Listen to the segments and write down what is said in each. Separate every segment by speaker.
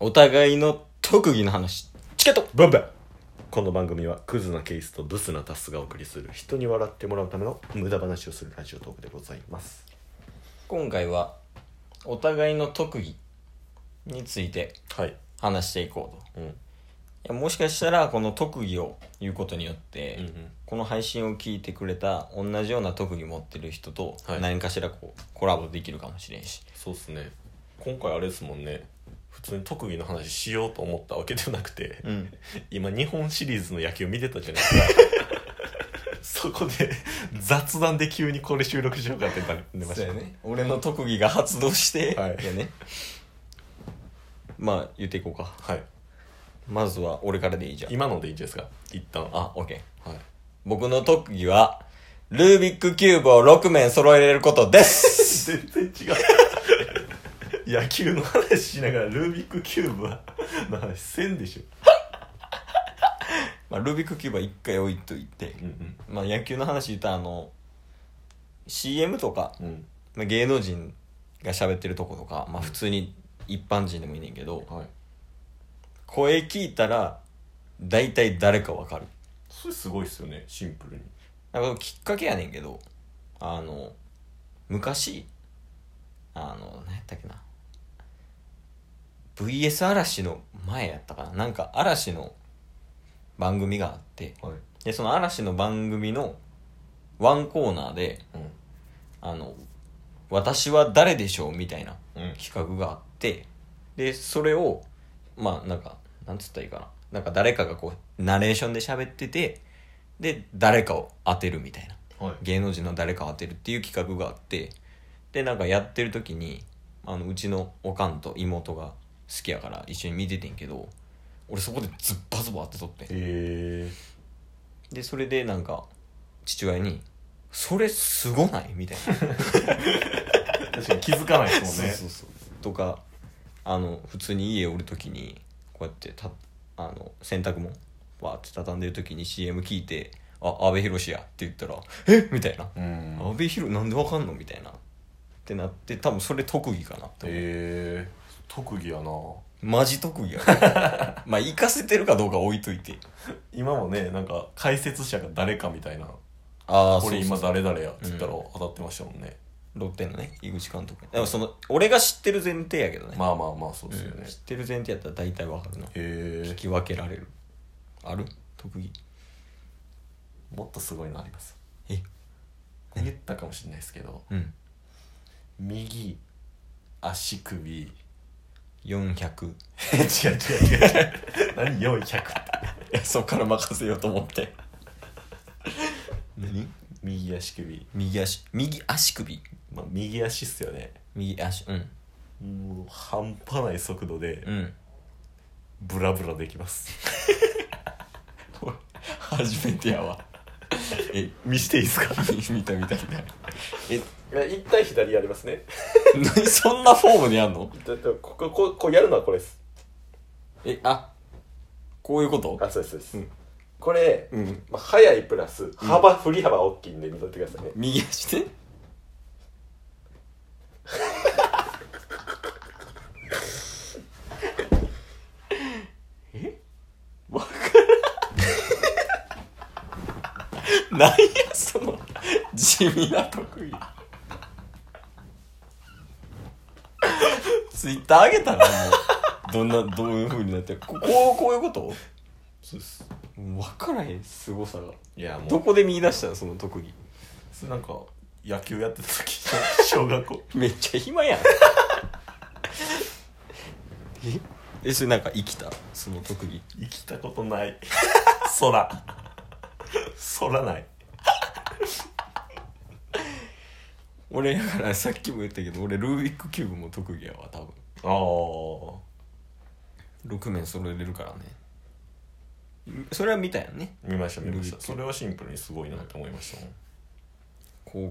Speaker 1: お互いの特技の話チケット
Speaker 2: ブンブンこの番組はクズなケースとブスなタスがお送りする人に笑ってもらうための無駄話をするラジオトークでございます
Speaker 1: 今回はお互いの特技について
Speaker 2: はい
Speaker 1: 話していこう
Speaker 2: うん
Speaker 1: といやもしかしたらこの特技を言うことによって、
Speaker 2: うんうん
Speaker 1: この配信を聞いてくれた同じような特技持ってる人と
Speaker 2: はい
Speaker 1: 何かしらこうコラボできるかもしれんし、
Speaker 2: そうっすね今回あれですもんね普通に特技の話しようと思ったわけではなくて、
Speaker 1: うん
Speaker 2: 今日本シリーズの野球見てたじゃないですか そこで雑談で急にこれ収録しようかってなりま
Speaker 1: そ
Speaker 2: し
Speaker 1: う
Speaker 2: た
Speaker 1: やね俺の特技が発動して、
Speaker 2: はい
Speaker 1: やねまあ言っていこうか
Speaker 2: はい
Speaker 1: まずは俺からでいいじゃん
Speaker 2: 今のでいいですか一旦は
Speaker 1: あオッケー
Speaker 2: い
Speaker 1: 僕の特技はルービックキューブを6面揃えれることです
Speaker 2: 全然違う野球の話しながらルービックキューブはの話せんでしょ、
Speaker 1: まあルービックキューブは一回置いといて、
Speaker 2: うん
Speaker 1: まあ野球の話言ったらあの CM とか
Speaker 2: うんうん、
Speaker 1: まあ、芸能人が喋ってるとことか、まあ、普通に一般人でもいいねんけど
Speaker 2: はい
Speaker 1: 声聞いたら大体誰かわかる
Speaker 2: それすごいっすよねシンプルに
Speaker 1: なんかきっかけやねんけどあの昔あの何やったっけな VS 嵐の前やったかななんか嵐の番組があって
Speaker 2: はい、
Speaker 1: でその嵐の番組のワンコーナーで
Speaker 2: う
Speaker 1: あの「私は誰でしょう?」みたいなん
Speaker 2: うん、
Speaker 1: 企画があってでそれをまあなんかなんつったらいいかななんか誰かがこうナレーションで喋っててで誰かを当てるみたいな
Speaker 2: はい
Speaker 1: 芸能人の誰かを当てるっていう企画があってでなんかやってる時にあのうちのおかんと妹が好きやから一緒に見ててんけど俺そこでズッバズバ当てとってん
Speaker 2: え
Speaker 1: でそれでなんか父親に「それすごない?」みたいな
Speaker 2: ー、確かに気づかないですもんね
Speaker 1: そうそうそうとかあの普通に家おる時にこうやってたあの洗濯物わーって畳んでる時に CM 聞いて「あ阿部寛や」って言ったら「えみたいな「
Speaker 2: うん
Speaker 1: 阿部寛なんでわかんの?」みたいなってなって多分それ特技かなって思う、
Speaker 2: えー、特技やな
Speaker 1: マジ特 技やねまあ生かせてるかどうか置いといて
Speaker 2: 今もねなんか解説者が誰かみたいな
Speaker 1: ああ
Speaker 2: これ今
Speaker 1: そう
Speaker 2: 誰々やっつったら
Speaker 1: うん
Speaker 2: 当たってましたもんね、
Speaker 1: ロッテのね井口監督でもその俺が知ってる前提やけどね,、
Speaker 2: まあまあまあそうですよ
Speaker 1: うん、
Speaker 2: ね、へ
Speaker 1: 知ってる前提やったら大体わかるな
Speaker 2: え
Speaker 1: 聞き分けられるある特技
Speaker 2: もっとすごいのあります
Speaker 1: え
Speaker 2: 言ったかもしれないですけど
Speaker 1: うん
Speaker 2: 右足首違う違う
Speaker 1: 400
Speaker 2: 違う違う何400って
Speaker 1: そっから任せようと思 って何
Speaker 2: 右足首、
Speaker 1: 右足右足首
Speaker 2: まあ、右足っすよね
Speaker 1: 右足うん
Speaker 2: もう半端ない速度で
Speaker 1: うん
Speaker 2: ブラブラできます、
Speaker 1: 初めてや わえ
Speaker 2: 見していいですか
Speaker 1: 見た見た見たえ
Speaker 2: 一対左やりますね
Speaker 1: 何 そんなフォームでやんの
Speaker 2: だってここここうやるのはこれです
Speaker 1: えあこういうこと
Speaker 2: そうですそうです、これ
Speaker 1: うん
Speaker 2: まあ、速いプラス幅、振り幅大きいんで見とってくださいね
Speaker 1: 右足でえわからん何やその地味な特技ツイッターあげたらもうどんなどういう風になってるここうこういうこと
Speaker 2: そうです
Speaker 1: 分からへんすごさが
Speaker 2: いやも
Speaker 1: ど
Speaker 2: う
Speaker 1: こで見出したのその特技
Speaker 2: それなんか野球やってた時小学校
Speaker 1: めっちゃ暇やんええそれなんか生きたその特技
Speaker 2: 生きたことない空空ない
Speaker 1: 俺だからさっきも言ったけど俺ルービックキューブも特技やわ多
Speaker 2: ああ
Speaker 1: 分6面揃えれるからねそれは見たよね
Speaker 2: 見ました見ま
Speaker 1: ルービッ
Speaker 2: した
Speaker 1: ク
Speaker 2: それはシンプルにすごいなって思いましたもん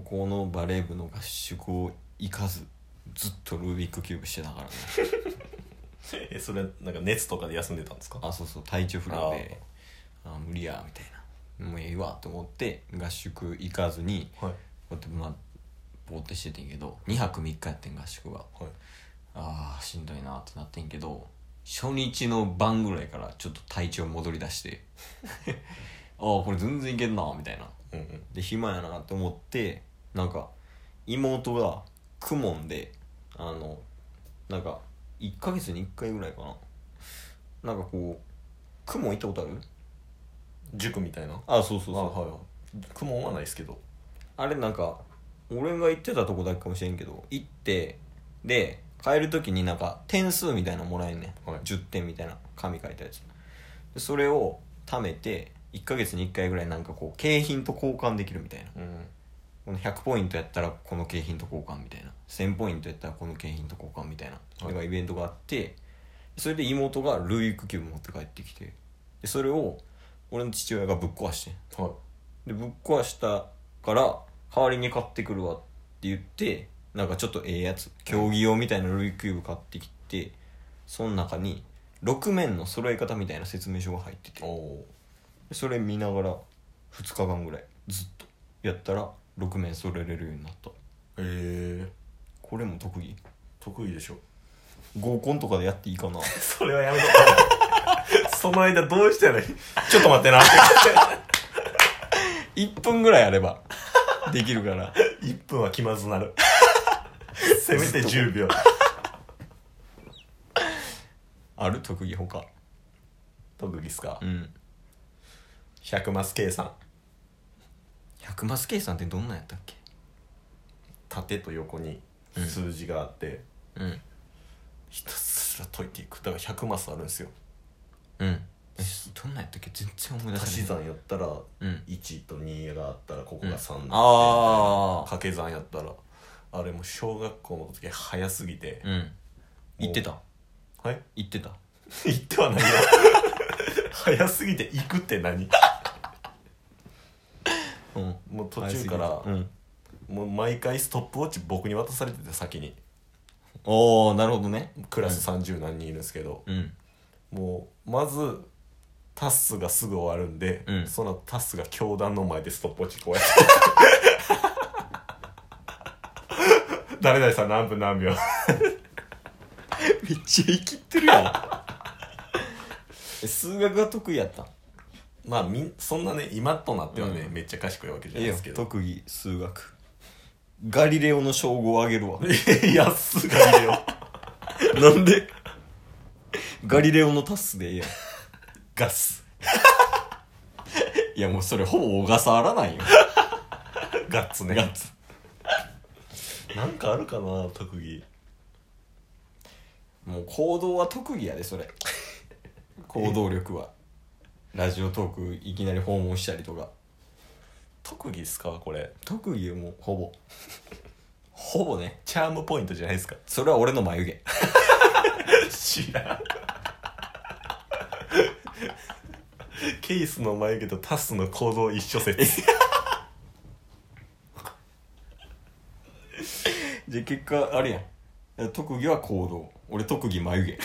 Speaker 1: 高校のバレー部の合宿を行かずずっとルービックキューブしてたからね
Speaker 2: えそれなんか熱とかで休んでたんですか
Speaker 1: あそうそう体調不良であ無理やみたいなもうええわと思って合宿行かずに
Speaker 2: はい
Speaker 1: こうやってまあぼーってしててんけど2泊3日やってん合宿が
Speaker 2: はい
Speaker 1: あーしんどいなってなってんけど初日の晩ぐらいからちょっと体調戻りだして ああこれ全然いけんなみたいな
Speaker 2: うんうん
Speaker 1: で暇やなと思ってなんか妹が公文であのなんか1ヶ月に1回ぐらいかななんかこう公文行ったことある
Speaker 2: 塾みたいな
Speaker 1: あそうそうそう
Speaker 2: あはいはい雲はないですけど
Speaker 1: あれなんか俺が行ってたとこだけかもしれんけど行ってで帰る時になんか点数みたいなのもらえんねん、
Speaker 2: はい
Speaker 1: 10点みたいな紙書いたやつでそれを貯めて1ヶ月に1回ぐらいなんかこう景品と交換できるみたいな
Speaker 2: うん
Speaker 1: この100ポイントやったらこの景品と交換みたいな1000ポイントやったらこの景品と交換みたいな、
Speaker 2: はい
Speaker 1: なんかイベントがあってそれで妹がルーイックキューブ持って帰ってきてでそれを俺の父親がぶっ壊してん
Speaker 2: はい
Speaker 1: でぶっ壊したから代わりに買ってくるわって言ってなんかちょっとええやつ競技用みたいなルーイックキューブ買ってきてその中に6面の揃え方みたいな説明書が入ってて
Speaker 2: おお
Speaker 1: でそれ見ながら2日間ぐらいずっとやったら6面揃えれるようになった
Speaker 2: ーへえ
Speaker 1: これも特技
Speaker 2: 得意でしょ
Speaker 1: 合コンとかでやっていいかな
Speaker 2: それはやめとこう その間どうしたらいい ちょっと待ってな
Speaker 1: 1分ぐらいあればできるから
Speaker 2: 1分は気まずな るせめて10秒
Speaker 1: ある特技ほか
Speaker 2: 特技っすか
Speaker 1: うん
Speaker 2: 100マス計算
Speaker 1: 100マス計算ってどんなんやったっけ
Speaker 2: 縦と横に数字があって、
Speaker 1: うん
Speaker 2: ひたすら解いていくだから100マスあるんですよ
Speaker 1: うんえどんなんやったっけ全然思い出
Speaker 2: 足
Speaker 1: せな
Speaker 2: し
Speaker 1: い
Speaker 2: 算やったら
Speaker 1: うん
Speaker 2: 1と2があったらここが3になって、
Speaker 1: あー
Speaker 2: 掛け算やったらあれもう小学校の時早すぎて、
Speaker 1: うん言ってた
Speaker 2: はい
Speaker 1: 言ってた
Speaker 2: 言ってはないよ 早すぎて行くって何
Speaker 1: うん
Speaker 2: もう途中から、
Speaker 1: うん
Speaker 2: もう毎回ストップウォッチ僕に渡されてて先に
Speaker 1: おおなるほどね
Speaker 2: クラス30何人いるんですけど、
Speaker 1: うん
Speaker 2: もうまずタッスがすぐ終わるんで、
Speaker 1: うん
Speaker 2: その後タッスが教団の前でストップウォッチこうやって 誰々さん何分何秒
Speaker 1: めっちゃ生きってるや ん数学が得意やった
Speaker 2: まあみんそんなね今となってはね、
Speaker 1: うん
Speaker 2: めっちゃ賢いわけじゃ
Speaker 1: い
Speaker 2: ない
Speaker 1: い
Speaker 2: で
Speaker 1: よ
Speaker 2: すけど
Speaker 1: 特技数学ガリレオの称号をあげるわ
Speaker 2: いやすがいよ
Speaker 1: なんで ガリレオのタスでいいやん
Speaker 2: ガス
Speaker 1: いやもうそれほぼ小笠原なんよ
Speaker 2: ガッツね
Speaker 1: ガッツ
Speaker 2: なんかあるかな特技
Speaker 1: もう行動は特技やでそ れ行動力はラジオトークいきなり訪問したりとか
Speaker 2: 特技っすかこれ
Speaker 1: 特技よもうほぼほぼね
Speaker 2: チャームポイントじゃないですか
Speaker 1: それは俺の眉毛
Speaker 2: 知らんケースの眉毛とタスの行動一緒説
Speaker 1: じゃあ結果あれやん特技は行動俺特技眉毛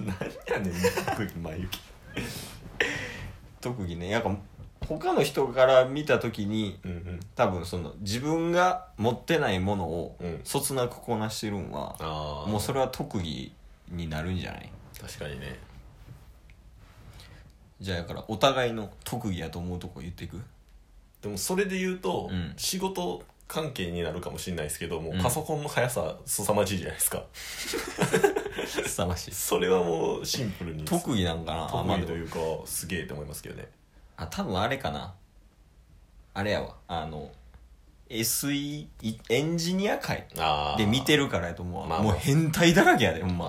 Speaker 2: 何やねん特技眉
Speaker 1: 特技ねなんか他の人から見た時に
Speaker 2: 毛うんうん
Speaker 1: 多分その自分が持ってないものを
Speaker 2: うん
Speaker 1: そつなくこなしてるんは、
Speaker 2: ああ
Speaker 1: もうそれは特技になるんじゃない
Speaker 2: 確かにね
Speaker 1: じゃあだからお互いの特技やと思うとこ言っていく
Speaker 2: でもそれで言うと、
Speaker 1: うん
Speaker 2: 仕事関係になるかもしれないですけどもう
Speaker 1: うん
Speaker 2: パソコンの速さ凄まじいじゃないですか、
Speaker 1: 凄ましい
Speaker 2: それはもうシンプルに
Speaker 1: 特技なんかなあ,、
Speaker 2: 特
Speaker 1: まあ
Speaker 2: 技
Speaker 1: で
Speaker 2: と
Speaker 1: も、
Speaker 2: いうかすげえと思いますけどね
Speaker 1: あ多分あれかなあれやわあの SE いエンジニア界
Speaker 2: あ
Speaker 1: で見てるからやと思うわ、
Speaker 2: まあ
Speaker 1: もう変態だらけやでほんま
Speaker 2: あ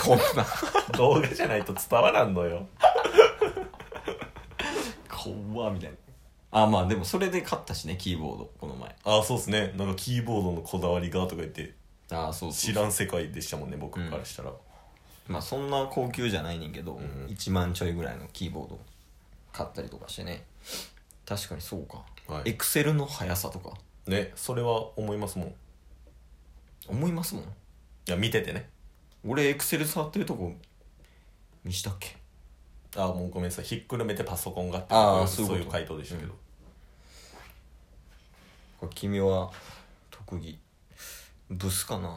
Speaker 1: こんな
Speaker 2: あ動画じゃないと伝わらんのよ
Speaker 1: 怖っみたいなあまあでもそれで買ったしねキーボードこの前
Speaker 2: ああそうですねなんかキーボードのこだわりがとか言って
Speaker 1: ああそうそう
Speaker 2: 知らん世界でしたもんね僕からしたら、
Speaker 1: まあそんな高級じゃないねんけど、
Speaker 2: ん
Speaker 1: 1万ちょいぐらいのキーボード買ったりとかしてね確かにそうか
Speaker 2: はい
Speaker 1: エクセルの速さとか
Speaker 2: ねそれは思いますもんい
Speaker 1: 思いますもん
Speaker 2: や見ててね
Speaker 1: 俺エクセル触ってるとこ見したっけ
Speaker 2: ああもうごめんなさいひっくるめてパソコンがって
Speaker 1: あー
Speaker 2: そ
Speaker 1: そううい
Speaker 2: い
Speaker 1: ううこと
Speaker 2: 回答でしたけど、
Speaker 1: これ君は特技ブスかな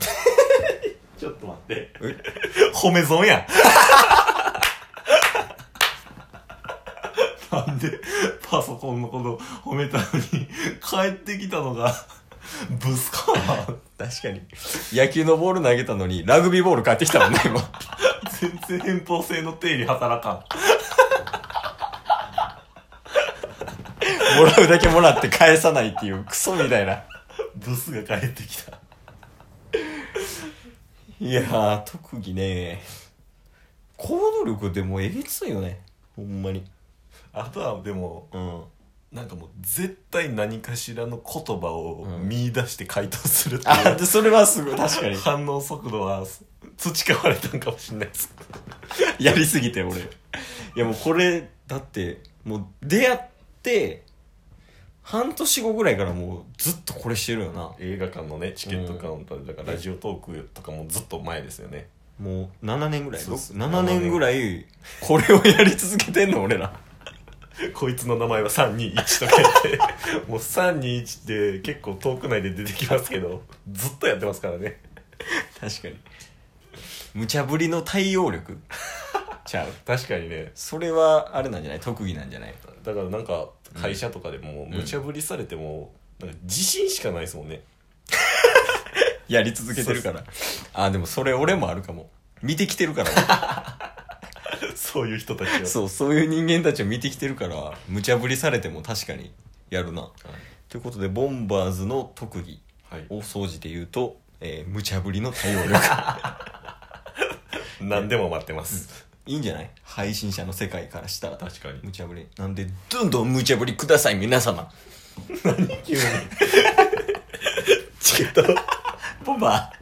Speaker 2: ちょっと待って
Speaker 1: え
Speaker 2: 褒め損 やんなんでパソコンのこと褒めたのに帰ってきたのがブスかな
Speaker 1: 確かに野球のボール投げたのにラグビーボール返ってきたもんね 今
Speaker 2: 全然偏方性の定理働かん
Speaker 1: もらうだけもらって返さないっていうクソみたいな
Speaker 2: ブスが帰ってきた
Speaker 1: いやー特技ね行動力でもえげついよねほんまに
Speaker 2: あとはでも
Speaker 1: うん
Speaker 2: なんかもう絶対何かしらの言葉を
Speaker 1: うん
Speaker 2: 見出して回答するっていう、
Speaker 1: あでそれはすごい確かに
Speaker 2: 反応速度は培われたんかもしれないです
Speaker 1: やりすぎて俺いやもうこれだってもう出会って半年後ぐらいからもうずっとこれしてるよな
Speaker 2: 映画館のねチケットカウンターだからラジオトークとかもずっと前ですよね
Speaker 1: もう7年ぐらい
Speaker 2: そうっす
Speaker 1: 7年ぐらいこれをやり続けてんの俺ら
Speaker 2: こいつの名前は321とか言って もう321って結構トーク内で出てきますけどずっとやってますからね
Speaker 1: 確かに無茶ぶりの対応力ちゃう
Speaker 2: 確かにね
Speaker 1: それはあれなんじゃない特技なんじゃない
Speaker 2: だからなんか会社とかでも無茶ぶりされてもなんか自信しかないですもんね
Speaker 1: やり続けてるからあでもそれ俺もあるかも見てきてるから俺
Speaker 2: そういう人たちを
Speaker 1: そうそういう人間たちを見てきてるから無茶ぶりされても確かにやるなということでボンバーズの特技
Speaker 2: はい
Speaker 1: を総じて言うと、えー、無茶ぶりの対応 力
Speaker 2: 何でも待ってます、
Speaker 1: いいんじゃない配信者の世界からしたら
Speaker 2: 確かに
Speaker 1: 無茶ぶりなんでどんどん無茶ぶりください皆 様
Speaker 2: 急にチケット
Speaker 1: ボンバー